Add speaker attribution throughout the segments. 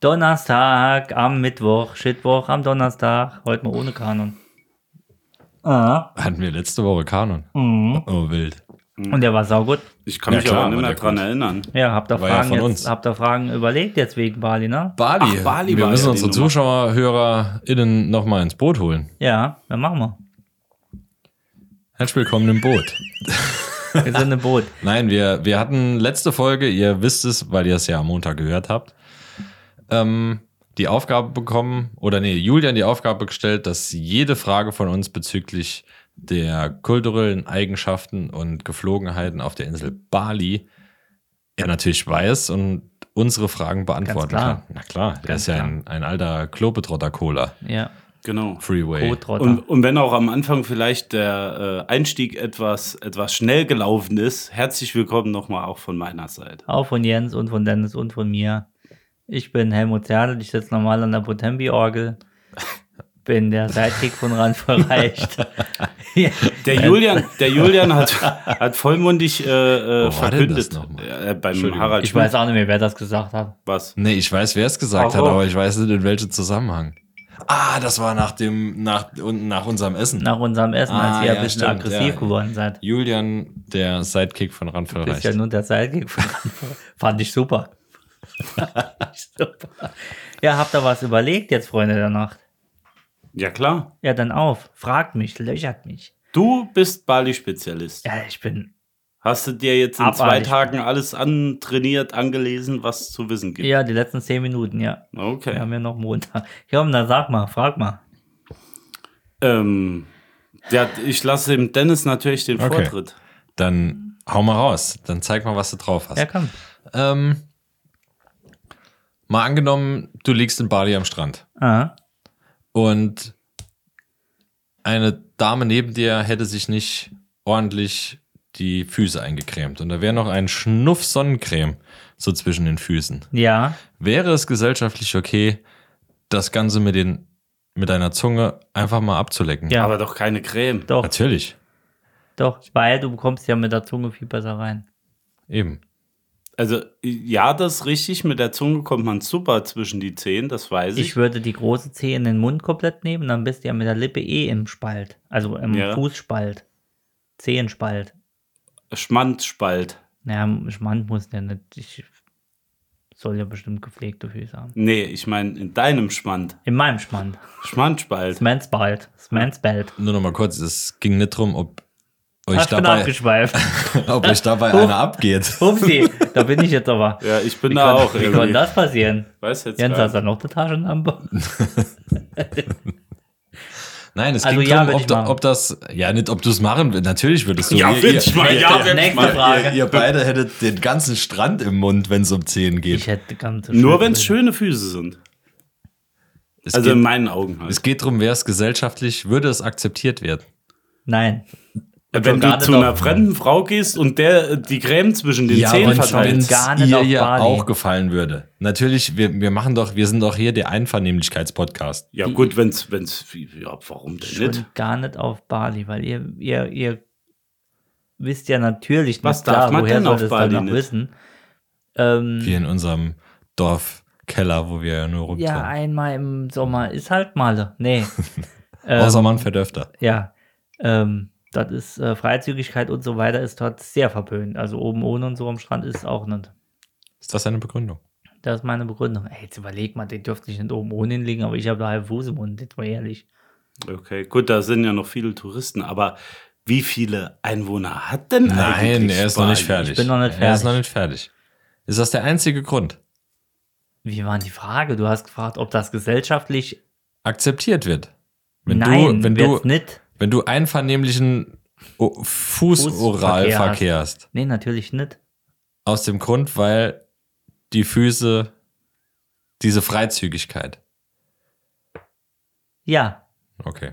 Speaker 1: Donnerstag, am Mittwoch, Shitwoch, am Donnerstag. Heute mal ohne Kanon.
Speaker 2: Ah,
Speaker 3: Hatten wir letzte Woche Kanon.
Speaker 2: mhm.
Speaker 3: Oh, wild.
Speaker 1: Und der war saugut.
Speaker 4: Ich kann
Speaker 3: Ja,
Speaker 4: mich
Speaker 3: klar,
Speaker 4: aber nicht
Speaker 3: aber
Speaker 4: mehr
Speaker 3: der
Speaker 4: dran
Speaker 3: kommt.
Speaker 4: erinnern.
Speaker 1: Ja, habt ihr
Speaker 3: War ja
Speaker 1: Fragen,
Speaker 3: von uns.
Speaker 1: jetzt, habt ihr Fragen überlegt jetzt wegen Bali, ne?
Speaker 3: Bali.
Speaker 4: Ach, Bali
Speaker 3: wir
Speaker 4: war
Speaker 3: müssen
Speaker 4: ja die
Speaker 3: unsere
Speaker 4: Nummer.
Speaker 3: Zuschauer, HörerInnen nochmal ins Boot holen.
Speaker 1: Ja, dann machen wir.
Speaker 3: Herzlich willkommen im Boot.
Speaker 1: Wir sind im Boot.
Speaker 3: Nein, wir, wir hatten letzte Folge, ihr wisst es, weil ihr es ja am Montag gehört habt, ähm, die Aufgabe bekommen, oder nee, Julian die Aufgabe gestellt, dass jede Frage von uns bezüglich der kulturellen Eigenschaften und Geflogenheiten auf der Insel Bali er natürlich weiß und unsere Fragen beantworten
Speaker 1: klar.
Speaker 3: kann. Na klar, der
Speaker 1: Ganz
Speaker 3: ist ja
Speaker 1: klar.
Speaker 3: ein, ein alter Klobetrotter-Cola.
Speaker 1: Ja,
Speaker 4: Genau.
Speaker 3: Freeway.
Speaker 1: Boot-Trotter.
Speaker 4: Und, und wenn auch am Anfang vielleicht der äh, Einstieg etwas, etwas schnell gelaufen ist, herzlich willkommen nochmal auch von meiner Seite.
Speaker 1: Auch von Jens und von Dennis und von mir. Ich bin Helmut Zerl, ich sitze normal an der Potembi-Orgel. Bin der Sidekick von Rand verreicht. ja,
Speaker 4: Der Julian, der Julian hat, hat vollmundig äh, äh,
Speaker 3: Wo war denn das
Speaker 4: verkündet
Speaker 3: nochmal?
Speaker 4: äh, beim
Speaker 3: Entschuldigung.
Speaker 4: Harald
Speaker 1: ich weiß auch nicht mehr, wer das gesagt hat.
Speaker 4: was.
Speaker 3: Nee, ich weiß, wer es gesagt
Speaker 1: Warum?
Speaker 3: hat, aber ich weiß nicht, in welchem Zusammenhang. Ah, das war nach dem, nach, und nach unserem Essen.
Speaker 1: Nach unserem Essen,
Speaker 3: Ah,
Speaker 1: als ihr
Speaker 3: ja,
Speaker 1: ein bisschen
Speaker 3: stimmt,
Speaker 1: aggressiv
Speaker 3: ja.
Speaker 1: geworden seid.
Speaker 3: Julian, der Sidekick von Randvoll
Speaker 1: Bist
Speaker 3: reicht.
Speaker 1: ja nun der Sidekick von Rand verreicht. Fand ich super. Fand ich super. Ja, habt ihr was überlegt jetzt, Freunde der Nacht?
Speaker 4: Ja klar.
Speaker 1: Ja, dann auf. Fragt mich, löchert mich.
Speaker 4: Du bist Bali-Spezialist.
Speaker 1: Ja, ich bin
Speaker 4: Hast du dir jetzt in
Speaker 3: Ah,
Speaker 4: zwei
Speaker 1: Abartig.
Speaker 4: Tagen alles antrainiert, angelesen, was es zu wissen gibt?
Speaker 1: Ja, die letzten zehn Minuten, ja.
Speaker 4: Okay.
Speaker 1: Wir haben ja noch Montag. Komm, dann sag mal, frag mal.
Speaker 4: Ähm, ja, ich lasse dem Dennis natürlich den
Speaker 3: Okay.
Speaker 4: Vortritt.
Speaker 3: Dann hau mal raus. Dann zeig mal, was du drauf hast.
Speaker 1: Ja, komm.
Speaker 3: Ähm, mal angenommen, du liegst in Bali am Strand
Speaker 1: Ah,
Speaker 3: und eine Dame neben dir hätte sich nicht ordentlich die Füße eingecremt und da wäre noch ein Schnuff Sonnencreme so zwischen den Füßen.
Speaker 1: ja,
Speaker 3: Wäre es gesellschaftlich okay, das Ganze mit, den, mit deiner Zunge einfach mal abzulecken?
Speaker 1: Ja.
Speaker 4: Aber doch keine Creme.
Speaker 1: doch,
Speaker 3: Natürlich,
Speaker 1: doch, weil du bekommst ja mit der Zunge viel besser rein.
Speaker 3: eben.
Speaker 4: Also, ja, das ist richtig. Mit der Zunge kommt man super zwischen die Zehen, das weiß ich.
Speaker 1: Ich würde die große Zehe in den Mund komplett nehmen, dann bist du ja mit der Lippe eh im Spalt. Also im
Speaker 4: Ja.
Speaker 1: Fußspalt. Zehenspalt.
Speaker 4: Schmandspalt.
Speaker 1: Naja, ich meine, muss ja nicht. Ich soll ja bestimmt gepflegte Füße haben.
Speaker 4: Nee, ich meine in deinem Schmand.
Speaker 1: In meinem Schmand.
Speaker 4: Schmandspalt.
Speaker 1: Smanspalt. Smanspalt.
Speaker 3: Nur noch mal kurz, es ging nicht drum, ob euch,
Speaker 1: Ich bin
Speaker 3: dabei,
Speaker 1: abgeschweift.
Speaker 3: ob euch dabei einer abgeht.
Speaker 1: Upsi, da bin ich jetzt aber.
Speaker 4: Ja, ich bin
Speaker 1: Wie
Speaker 4: da
Speaker 1: kann,
Speaker 4: auch
Speaker 1: wie kann
Speaker 4: irgendwie.
Speaker 1: das passieren?
Speaker 4: Weiß jetzt
Speaker 1: Jens,
Speaker 4: gar
Speaker 1: hast du noch eine Taschenlampe?
Speaker 3: Nein, es
Speaker 1: Also
Speaker 3: ging
Speaker 1: ja,
Speaker 3: drum,
Speaker 1: würd ich
Speaker 3: ob, da,
Speaker 1: machen.
Speaker 3: ob das, ja nicht, ob du es machen willst. Natürlich würdest du.
Speaker 4: Ja,
Speaker 3: ihr,
Speaker 4: will
Speaker 3: ihr,
Speaker 4: ich mal, ja,
Speaker 3: ihr,
Speaker 4: will ich
Speaker 1: Nächste
Speaker 4: mal.
Speaker 1: Frage.
Speaker 3: ihr, ihr beide hättet den ganzen Strand im Mund, wenn es um Zehen
Speaker 1: Ich
Speaker 3: geht.
Speaker 1: hätte ganz
Speaker 4: Nur wenn es schöne Füße sind.
Speaker 3: Es
Speaker 4: Also in
Speaker 3: geht,
Speaker 4: meinen Augen halt.
Speaker 3: es geht drum, wäre es gesellschaftlich, würde es akzeptiert werden.
Speaker 1: Nein.
Speaker 4: Wenn du
Speaker 1: gerade
Speaker 4: zu
Speaker 1: doch-
Speaker 4: einer fremden Frau gehst und der äh, die Creme zwischen den
Speaker 3: ja,
Speaker 4: Zehen
Speaker 3: wenn's-
Speaker 4: verteilt.
Speaker 3: wenn's
Speaker 1: Gar nicht
Speaker 3: ihr
Speaker 1: auf
Speaker 3: ja
Speaker 1: Bali.
Speaker 3: auch gefallen würde. Natürlich, wir, wir machen doch, wir sind doch hier der Einvernehmlichkeitspodcast.
Speaker 4: Ja, gut, wenn's, wenn's, ja, warum denn
Speaker 1: Schon
Speaker 4: nicht?
Speaker 1: gar nicht auf Bali, weil ihr, ihr, ihr wisst ja natürlich
Speaker 4: Was
Speaker 1: nicht
Speaker 4: darf
Speaker 1: klar,
Speaker 4: man
Speaker 1: woher
Speaker 4: denn
Speaker 1: soll
Speaker 4: auf
Speaker 1: das
Speaker 4: Bali
Speaker 1: dann noch
Speaker 4: nicht?
Speaker 1: wissen. Ähm,
Speaker 3: Wie in unserem Dorfkeller, wo wir ja nur
Speaker 1: ja,
Speaker 3: rumtun.
Speaker 1: einmal im Sommer ist halt Male. Nee. ähm,
Speaker 3: Außer man verdöfter.
Speaker 1: ja. Ähm, das ist äh, Freizügigkeit und so weiter ist dort sehr verpönt. Also oben ohne und so am Strand ist es auch nicht.
Speaker 3: Ist das eine Begründung?
Speaker 1: Das ist meine Begründung. Ey, jetzt überleg mal, die dürfte nicht oben ohne hinlegen, aber ich habe da halb Fuß im Mund, jetzt mal ehrlich.
Speaker 4: Okay, gut, da sind ja noch viele Touristen, aber wie viele Einwohner hat denn eigentlich?
Speaker 3: Nein, er ist noch nicht
Speaker 4: Bali?
Speaker 3: fertig.
Speaker 1: bin noch nicht
Speaker 3: Er ist
Speaker 1: fertig.
Speaker 3: noch nicht fertig. Ist das der einzige Grund?
Speaker 1: Wie war denn die Frage? Du hast gefragt, ob das gesellschaftlich
Speaker 3: Akzeptiert wird. Wenn
Speaker 1: Nein,
Speaker 3: du, wenn
Speaker 1: wird's
Speaker 3: du,
Speaker 1: nicht.
Speaker 3: wenn du einvernehmlichen O- Fußoral
Speaker 1: Fußverkehr hast.
Speaker 3: verkehrst.
Speaker 1: Nee, natürlich nicht.
Speaker 3: Aus dem Grund, weil die Füße diese Freizügigkeit.
Speaker 1: Ja,
Speaker 3: Okay.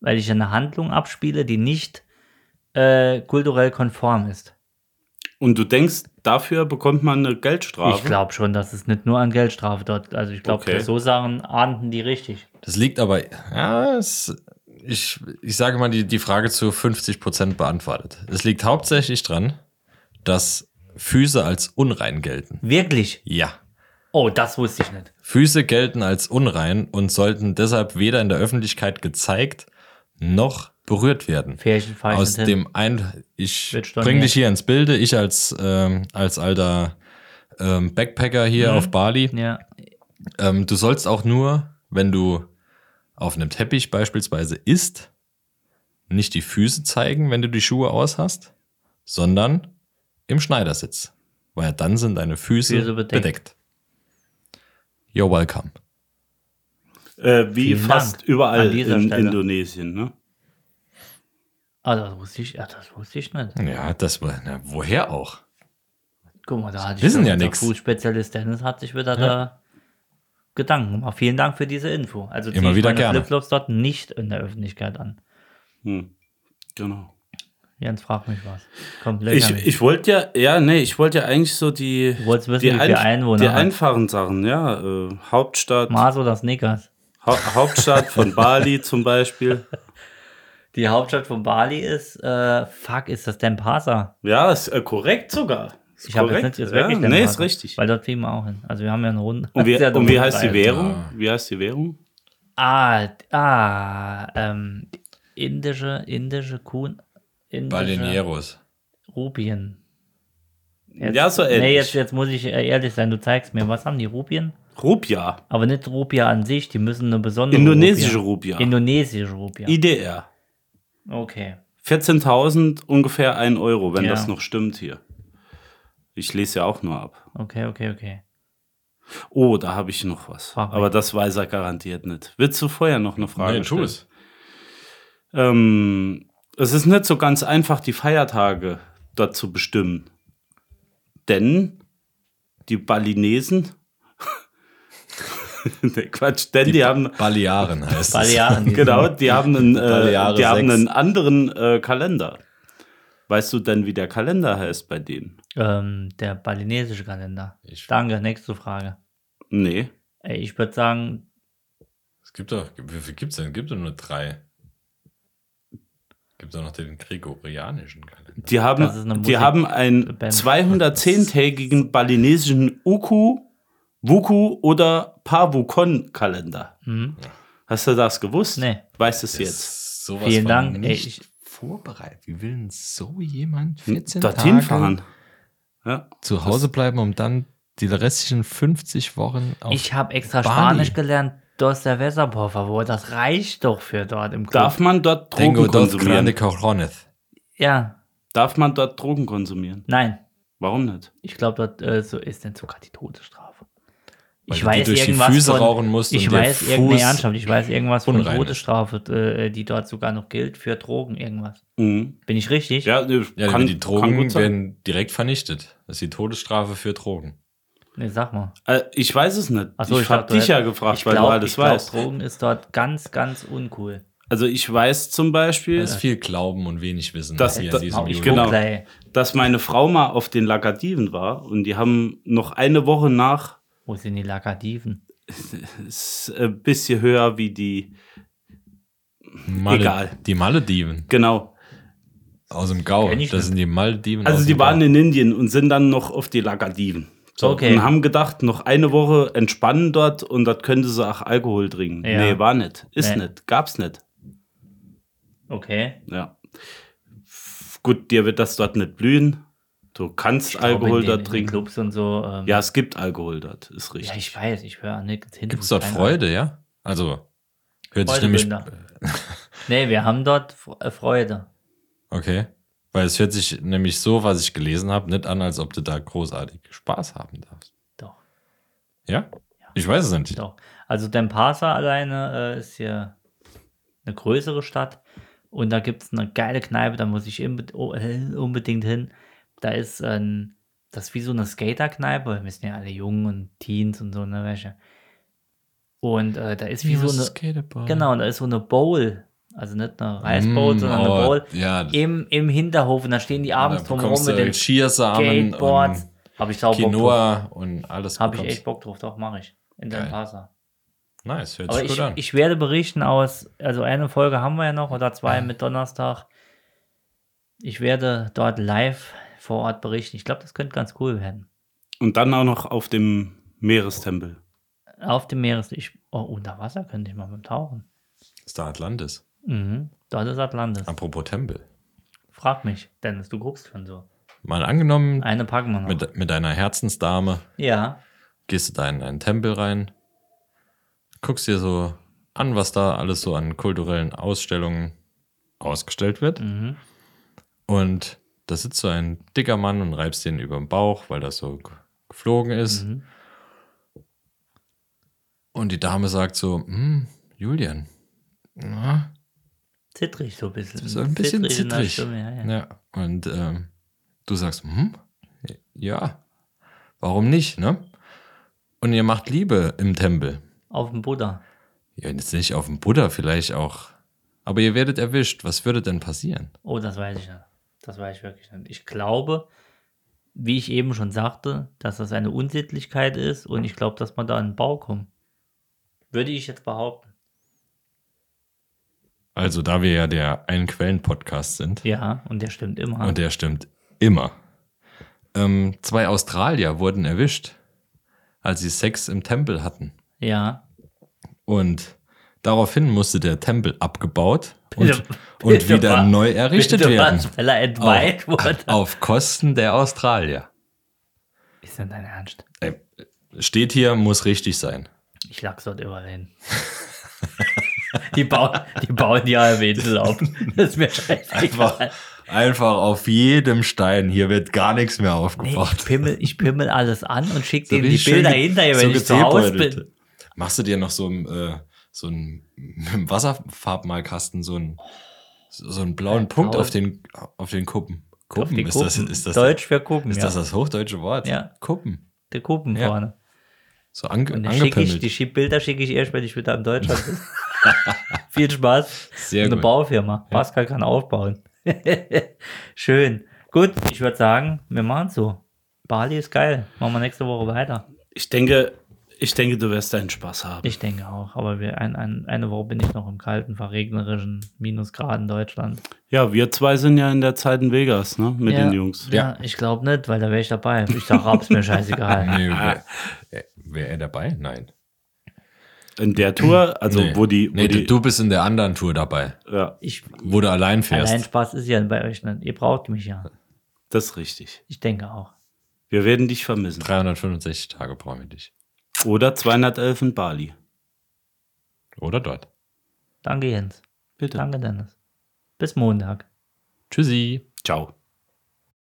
Speaker 1: weil ich eine Handlung abspiele, die nicht äh, kulturell konform ist.
Speaker 4: Und du denkst, dafür bekommt man eine Geldstrafe?
Speaker 1: Ich glaube schon, dass es nicht nur an Geldstrafe dort. Also ich glaube,
Speaker 4: Okay.
Speaker 1: so Sachen ahnden die richtig.
Speaker 3: Das liegt aber, ja, es, ich, ich sage mal, die, die Frage zu 50 Prozent beantwortet. Es liegt hauptsächlich dran, dass Füße als unrein gelten.
Speaker 1: Wirklich.
Speaker 3: Ja.
Speaker 1: Oh, das wusste ich nicht.
Speaker 3: Füße gelten als unrein und sollten deshalb weder in der Öffentlichkeit gezeigt noch berührt werden.
Speaker 1: Pärchen fahr ich
Speaker 3: Aus
Speaker 1: nicht hin.
Speaker 3: dem ein ich
Speaker 1: Wird storniert.
Speaker 3: bring dich hier ins Bilde, ich als ähm, als alter ähm, Backpacker
Speaker 1: Mhm.
Speaker 3: hier auf Bali.
Speaker 1: Ja.
Speaker 3: Ähm, du sollst auch nur, wenn du auf einem Teppich beispielsweise isst, nicht die Füße zeigen, wenn du die Schuhe aus hast, sondern im Schneidersitz, weil dann sind deine Füße,
Speaker 1: Füße bedeckt.
Speaker 3: bedeckt. You're welcome.
Speaker 4: Äh, wie
Speaker 1: Vielen
Speaker 4: fast
Speaker 1: Dank
Speaker 4: überall
Speaker 1: an dieser
Speaker 4: in
Speaker 1: Stelle.
Speaker 4: Indonesien, ne?
Speaker 1: Ah, das wusste ich, ja, das wusste ich nicht.
Speaker 3: Ja, das war, na, woher auch?
Speaker 1: Guck mal, da hatte
Speaker 3: Wissen
Speaker 1: ich
Speaker 3: ja
Speaker 1: unser
Speaker 3: nix.
Speaker 1: Fußspezialist Dennis hat sich wieder da Gedanken gemacht. Vielen Dank für diese Info. Also
Speaker 3: Immer
Speaker 1: zieh ich
Speaker 3: wieder
Speaker 1: meine
Speaker 3: gerne.
Speaker 1: Flipflops dort nicht in der Öffentlichkeit an.
Speaker 4: Hm. Genau.
Speaker 1: Jens, frag mich was. Komm,
Speaker 4: Ich,
Speaker 1: lecker mich.
Speaker 4: ich wollte ja, ja, nee, ich wollte ja eigentlich so die,
Speaker 1: Du wolltest wissen,
Speaker 4: die,
Speaker 1: wie viele
Speaker 4: einf-
Speaker 1: Einwohner
Speaker 4: die
Speaker 1: hat.
Speaker 4: einfachen Sachen, ja. Äh, Hauptstadt,
Speaker 1: Mars oder Snickers?
Speaker 4: Hau Hauptstadt von Bali zum Beispiel.
Speaker 1: Die Hauptstadt von Bali ist, äh, fuck, ist das Denpasar?
Speaker 4: Ja, ist äh, korrekt sogar. Ist
Speaker 1: Ich habe jetzt
Speaker 4: korrekt,
Speaker 1: nicht, ist
Speaker 4: ja,
Speaker 1: wirklich
Speaker 4: Nee, ist
Speaker 1: Denpasar.
Speaker 4: richtig.
Speaker 1: Weil dort fliegen wir auch hin. Also wir haben ja eine Runde.
Speaker 4: Und wie,
Speaker 1: sehr
Speaker 4: und wie
Speaker 1: dumme
Speaker 4: heißt die
Speaker 1: Reise.
Speaker 4: Währung? Wie heißt die Währung?
Speaker 1: Ah, ah, ähm, indische, indische Kuhn, indische
Speaker 3: Balineros.
Speaker 1: Rupien.
Speaker 4: Ja, so ähnlich.
Speaker 1: Nee, jetzt, jetzt muss ich äh, ehrlich sein, du zeigst mir, was haben die Rupien?
Speaker 4: Rupia.
Speaker 1: Aber nicht Rupia an sich, die müssen eine besondere
Speaker 4: Indonesische
Speaker 1: Rupia.
Speaker 4: Rupia.
Speaker 1: Indonesische Rupia.
Speaker 4: IDR.
Speaker 1: okay.
Speaker 4: 14.000, ungefähr 1 Euro, wenn
Speaker 1: Ja.
Speaker 4: das noch stimmt hier. Ich lese ja auch nur ab.
Speaker 1: Okay, okay, okay.
Speaker 4: Oh, da habe ich noch was.
Speaker 1: Frag mich.
Speaker 4: Aber das weiß er garantiert nicht. Willst du vorher noch eine Frage
Speaker 3: Nee, tu
Speaker 4: stellen?
Speaker 3: es.
Speaker 4: Ähm, es ist nicht so ganz einfach, die Feiertage dort zu bestimmen. Denn die Balinesen. nee, Quatsch, denn die, haben.
Speaker 3: Balearen heißt
Speaker 1: Balearen. die
Speaker 4: Genau,
Speaker 1: sind-
Speaker 4: die haben einen, äh,
Speaker 3: Baleare
Speaker 4: die haben
Speaker 3: sechs.
Speaker 4: einen anderen äh, Kalender. Weißt du denn, wie der Kalender heißt bei denen?
Speaker 1: Ähm, der balinesische Kalender.
Speaker 3: Ich-
Speaker 1: Danke, nächste Frage.
Speaker 4: Nee.
Speaker 1: Ey, ich würde sagen,
Speaker 3: es. Es gibt doch, wie viel gibt's denn? Gibt doch nur drei. Gibt doch noch den gregorianischen Kalender.
Speaker 4: Die haben,
Speaker 1: Das ist eine
Speaker 4: die
Speaker 1: Musik-
Speaker 4: haben einen
Speaker 1: Band.
Speaker 4: 210-tägigen balinesischen Uku, Wuku oder Pavukon-Kalender.
Speaker 1: hm,
Speaker 4: Hast du das gewusst?
Speaker 1: Nee.
Speaker 4: Weißt du es
Speaker 3: Das
Speaker 4: jetzt?
Speaker 3: ist sowas
Speaker 1: Vielen
Speaker 3: von
Speaker 1: Dank, ey,
Speaker 3: Nicht
Speaker 1: ich-
Speaker 3: vorbereitet. Wie will denn so jemand 14
Speaker 4: Dorthin
Speaker 3: Tage
Speaker 4: fahren. Ja.
Speaker 3: zu Hause bleiben, um dann die restlichen 50 Wochen auf
Speaker 1: ich habe extra
Speaker 3: Bali.
Speaker 1: Spanisch gelernt. Dos cerveza, por favor. Das reicht doch für dort im Club.
Speaker 4: Darf man dort Drogen
Speaker 3: Tengo dos grande
Speaker 4: konsumieren?
Speaker 3: cojones.
Speaker 1: Ja,
Speaker 4: Darf man dort Drogen konsumieren?
Speaker 1: nein.
Speaker 4: Warum nicht?
Speaker 1: Ich glaube, dort äh, so ist denn sogar die Todesstrafe.
Speaker 3: Weil
Speaker 1: ich
Speaker 3: du die
Speaker 1: weiß
Speaker 3: durch die
Speaker 1: irgendwas
Speaker 3: Füße
Speaker 1: von,
Speaker 3: rauchen musst
Speaker 1: Ich
Speaker 3: und der
Speaker 1: weiß irgendeine
Speaker 3: Fuß
Speaker 1: Ernsthaft, ich weiß irgendwas von
Speaker 3: unrein ist.
Speaker 1: Todesstrafe, äh, die dort sogar noch gilt für Drogen, irgendwas.
Speaker 4: Mhm.
Speaker 1: Bin ich richtig?
Speaker 4: Ja, ne,
Speaker 3: Ja,
Speaker 4: kann,
Speaker 3: die
Speaker 4: kann
Speaker 3: Drogen
Speaker 4: gut sein.
Speaker 3: werden direkt vernichtet. Das ist die Todesstrafe für Drogen.
Speaker 1: Nee, sag mal.
Speaker 4: Äh, ich weiß es nicht.
Speaker 1: Ach so,
Speaker 4: ich habe
Speaker 1: dachte,
Speaker 4: dich
Speaker 1: du
Speaker 4: ja
Speaker 1: hättest-
Speaker 4: gefragt,
Speaker 1: ich
Speaker 4: weil
Speaker 1: glaub-
Speaker 4: du alles
Speaker 1: ich glaub,
Speaker 4: weißt.
Speaker 1: Drogen ist dort ganz, ganz uncool.
Speaker 4: Also ich weiß zum Beispiel,
Speaker 3: Das ist viel Glauben und wenig Wissen.
Speaker 4: Das-
Speaker 3: hier
Speaker 4: das-
Speaker 3: in diesem
Speaker 1: Mach ich
Speaker 3: Juli.
Speaker 4: genau.
Speaker 1: guck gleich.
Speaker 4: dass meine Frau mal auf den Lakadiven war und die haben noch eine Woche nach
Speaker 1: Wo sind die Lakadiven?
Speaker 4: ist ein bisschen höher wie die.
Speaker 3: Male-
Speaker 4: Egal.
Speaker 3: Die Malediven
Speaker 4: Genau.
Speaker 3: aus dem Gau.
Speaker 1: Kenn ich
Speaker 3: Das
Speaker 1: nicht.
Speaker 3: sind die Malediven.
Speaker 1: Genau,
Speaker 4: Also
Speaker 3: aus
Speaker 4: die
Speaker 3: dem Gau.
Speaker 4: waren in Indien und sind dann noch auf die Lakadiven. So,
Speaker 1: Okay.
Speaker 4: Und haben gedacht, noch eine Woche entspannen dort und dort könnte sie auch Alkohol trinken.
Speaker 1: Ja.
Speaker 4: Nee, war nicht. Ist
Speaker 1: Nee.
Speaker 4: nicht. Gab's nicht.
Speaker 1: Okay.
Speaker 4: Ja. F- Gut, dir wird das dort nicht blühen. Du kannst Alkohol
Speaker 1: in den- in
Speaker 4: dort
Speaker 1: den
Speaker 4: trinken.
Speaker 1: Clubs und so. Ähm,
Speaker 4: Ja, es gibt Alkohol dort, ist
Speaker 1: ja,
Speaker 4: richtig.
Speaker 1: ich weiß, ich höre an nichts hin.
Speaker 3: Gibt's dort Freude, ja? Also hört sich
Speaker 1: Freude,
Speaker 3: nämlich
Speaker 1: nee, wir haben dort Fre- äh, Freude.
Speaker 3: okay, weil es hört sich nämlich so, was ich gelesen habe, nicht an, als ob du da großartig Spaß haben darfst.
Speaker 1: Doch,
Speaker 3: Ja? Ich weiß es nicht.
Speaker 1: doch. Also Denpasar alleine äh, ist hier eine größere Stadt und da gibt es eine geile Kneipe, da muss ich inbe- oh, äh, unbedingt hin. Da ist ein, das ist wie so eine Skaterkneipe. Wir sind ja alle jung und Teens und so eine Wäsche. Und äh, da ist wie so eine,
Speaker 3: Skateboard.
Speaker 1: Genau, und da ist so eine Bowl. Also nicht eine Reisbowl, sondern eine
Speaker 3: oh,
Speaker 1: Bowl.
Speaker 3: ja, das-
Speaker 1: Im, Im Hinterhof. Und da stehen die abends
Speaker 3: Dann
Speaker 1: drum rum
Speaker 3: bekommst du
Speaker 1: mit den
Speaker 3: Cheersamen
Speaker 1: Skateboards.
Speaker 3: und
Speaker 1: Habe ich sauber Bock drauf.
Speaker 3: Quinoa und alles
Speaker 1: Habe ich
Speaker 3: bekommst.
Speaker 1: echt Bock drauf. Doch, mache ich. In
Speaker 3: Geil.
Speaker 1: deinem Pasa.
Speaker 3: Nice, hört
Speaker 1: Aber
Speaker 3: sich gut
Speaker 1: ich,
Speaker 3: an.
Speaker 1: ich werde berichten aus, also eine Folge haben wir ja noch oder
Speaker 3: Ah.
Speaker 1: zwei mit Donnerstag. Ich werde dort live vor Ort berichten. Ich glaube, das könnte ganz cool werden.
Speaker 4: Und dann auch noch auf dem Meerestempel.
Speaker 1: Auf dem Meeres. Ich, oh, unter Wasser könnte ich mal mit dem Tauchen.
Speaker 3: Ist da Atlantis.
Speaker 1: Mhm. Dort ist Atlantis.
Speaker 3: Apropos Tempel.
Speaker 1: Frag mich, Dennis, du guckst schon so.
Speaker 3: Mal angenommen,
Speaker 1: Eine packen wir noch.
Speaker 3: mit, mit deiner Herzensdame
Speaker 1: ja.
Speaker 3: gehst du da in einen Tempel rein, guckst dir so an, was da alles so an kulturellen Ausstellungen ausgestellt wird.
Speaker 1: Mhm.
Speaker 3: Und da sitzt so ein dicker Mann und reibst den über den Bauch, weil das so g- geflogen ist.
Speaker 1: Mhm.
Speaker 3: Und die Dame sagt so, hm, Julian, na,
Speaker 1: Zittrig so ein bisschen.
Speaker 3: so ein
Speaker 1: in
Speaker 3: bisschen
Speaker 1: der
Speaker 3: zittrig.
Speaker 1: Stimme, ja, ja.
Speaker 3: Ja, und ähm, du sagst, hm, ja, warum nicht, ne? Und ihr macht Liebe im Tempel.
Speaker 1: Auf dem Buddha.
Speaker 3: Ja, jetzt nicht auf dem Buddha vielleicht auch. Aber ihr werdet erwischt. Was würde denn passieren?
Speaker 1: Oh, das weiß ich nicht. Das weiß ich wirklich nicht. Ich glaube, wie ich eben schon sagte, dass das eine Unsittlichkeit ist und ich glaube, dass man da in den Bau kommt. Würde ich jetzt behaupten.
Speaker 3: Also, da wir ja der Ein-Quellen-Podcast sind,
Speaker 1: Ja, und der stimmt immer.
Speaker 3: und der stimmt immer. Ähm, zwei Australier wurden erwischt, als sie Sex im Tempel hatten.
Speaker 1: ja.
Speaker 3: Und daraufhin musste der Tempel abgebaut und,
Speaker 1: Bitte-
Speaker 3: und
Speaker 1: bitte
Speaker 3: wieder
Speaker 1: wa-
Speaker 3: neu errichtet
Speaker 1: Bitte
Speaker 3: werden. Oh.
Speaker 1: was, Weil er entweiht wurde.
Speaker 3: Auf Kosten der Australier.
Speaker 1: Ist denn dein Ernst?
Speaker 3: Ey, steht hier, muss richtig sein.
Speaker 1: Ich lach's dort überall hin. die, bauen, die bauen die halbe Insel auf. Das ist mir scheißegal.
Speaker 3: Einfach, einfach auf jedem Stein. Hier wird gar nichts mehr
Speaker 1: Nee,
Speaker 3: aufgebaut.
Speaker 1: ich, pimmel, ich pimmel alles an und schicke
Speaker 3: So
Speaker 1: denen die
Speaker 3: richtig schön
Speaker 1: Bilder
Speaker 3: ge-
Speaker 1: hinterher, wenn
Speaker 3: so
Speaker 1: ich zu Hause bin.
Speaker 3: gezähbeutelt. Machst du dir noch so ein, äh, so ein mit dem Wasserfarbmalkasten so einen, so einen blauen Punkt auf den, auf den Kuppen? Kuppen,
Speaker 1: Auf die
Speaker 3: ist, Das,
Speaker 1: Kuppen.
Speaker 3: ist, das,
Speaker 1: Deutsch für Kuppen.
Speaker 3: ist
Speaker 1: ja.
Speaker 3: das das hochdeutsche Wort?
Speaker 1: Ja.
Speaker 3: Kuppen.
Speaker 1: Der Kuppen
Speaker 3: Ja.
Speaker 1: vorne.
Speaker 3: So ange,
Speaker 1: Und dann schicke ich,
Speaker 3: angepimmelt.
Speaker 1: die schick- Bilder schicke ich erst, wenn ich wieder in Deutschland bin. Viel Spaß.
Speaker 3: Sehr
Speaker 1: Eine
Speaker 3: gut.
Speaker 1: Baufirma. Pascal kann aufbauen. Schön. Gut, ich würde sagen, wir machen so. Bali ist geil. Machen wir nächste Woche weiter.
Speaker 4: Ich denke, ich denke, du wirst deinen Spaß haben.
Speaker 1: Ich denke auch. Aber wir, ein, ein, eine Woche bin ich noch im kalten, verregnerischen Minusgraden Deutschland.
Speaker 4: Ja, wir zwei sind ja in der Zeit in Vegas, ne? Mit
Speaker 1: ja,
Speaker 4: den Jungs.
Speaker 1: Ja, ich glaube nicht, weil da wäre ich dabei. Ich sage, hab's mir scheißegal.
Speaker 3: Nee, Wäre wär er dabei? Nein.
Speaker 4: In der Tour, also
Speaker 3: nee.
Speaker 4: wo die. Wo
Speaker 3: nee,
Speaker 4: die
Speaker 3: du bist in der anderen Tour dabei,
Speaker 4: ja,
Speaker 1: Ich,
Speaker 3: wo du allein fährst.
Speaker 1: allein Spaß ist ja bei euch nicht. Ihr braucht mich ja.
Speaker 4: das ist richtig. Ich-
Speaker 1: Ich denke auch.
Speaker 4: Wir werden dich vermissen.
Speaker 3: 365 Tage brauchen wir dich.
Speaker 4: Oder 211 in Bali.
Speaker 3: Oder dort.
Speaker 1: Danke, Jens.
Speaker 4: Bitte.
Speaker 1: Danke, Dennis. Bis Montag.
Speaker 3: Tschüssi.
Speaker 4: Ciao.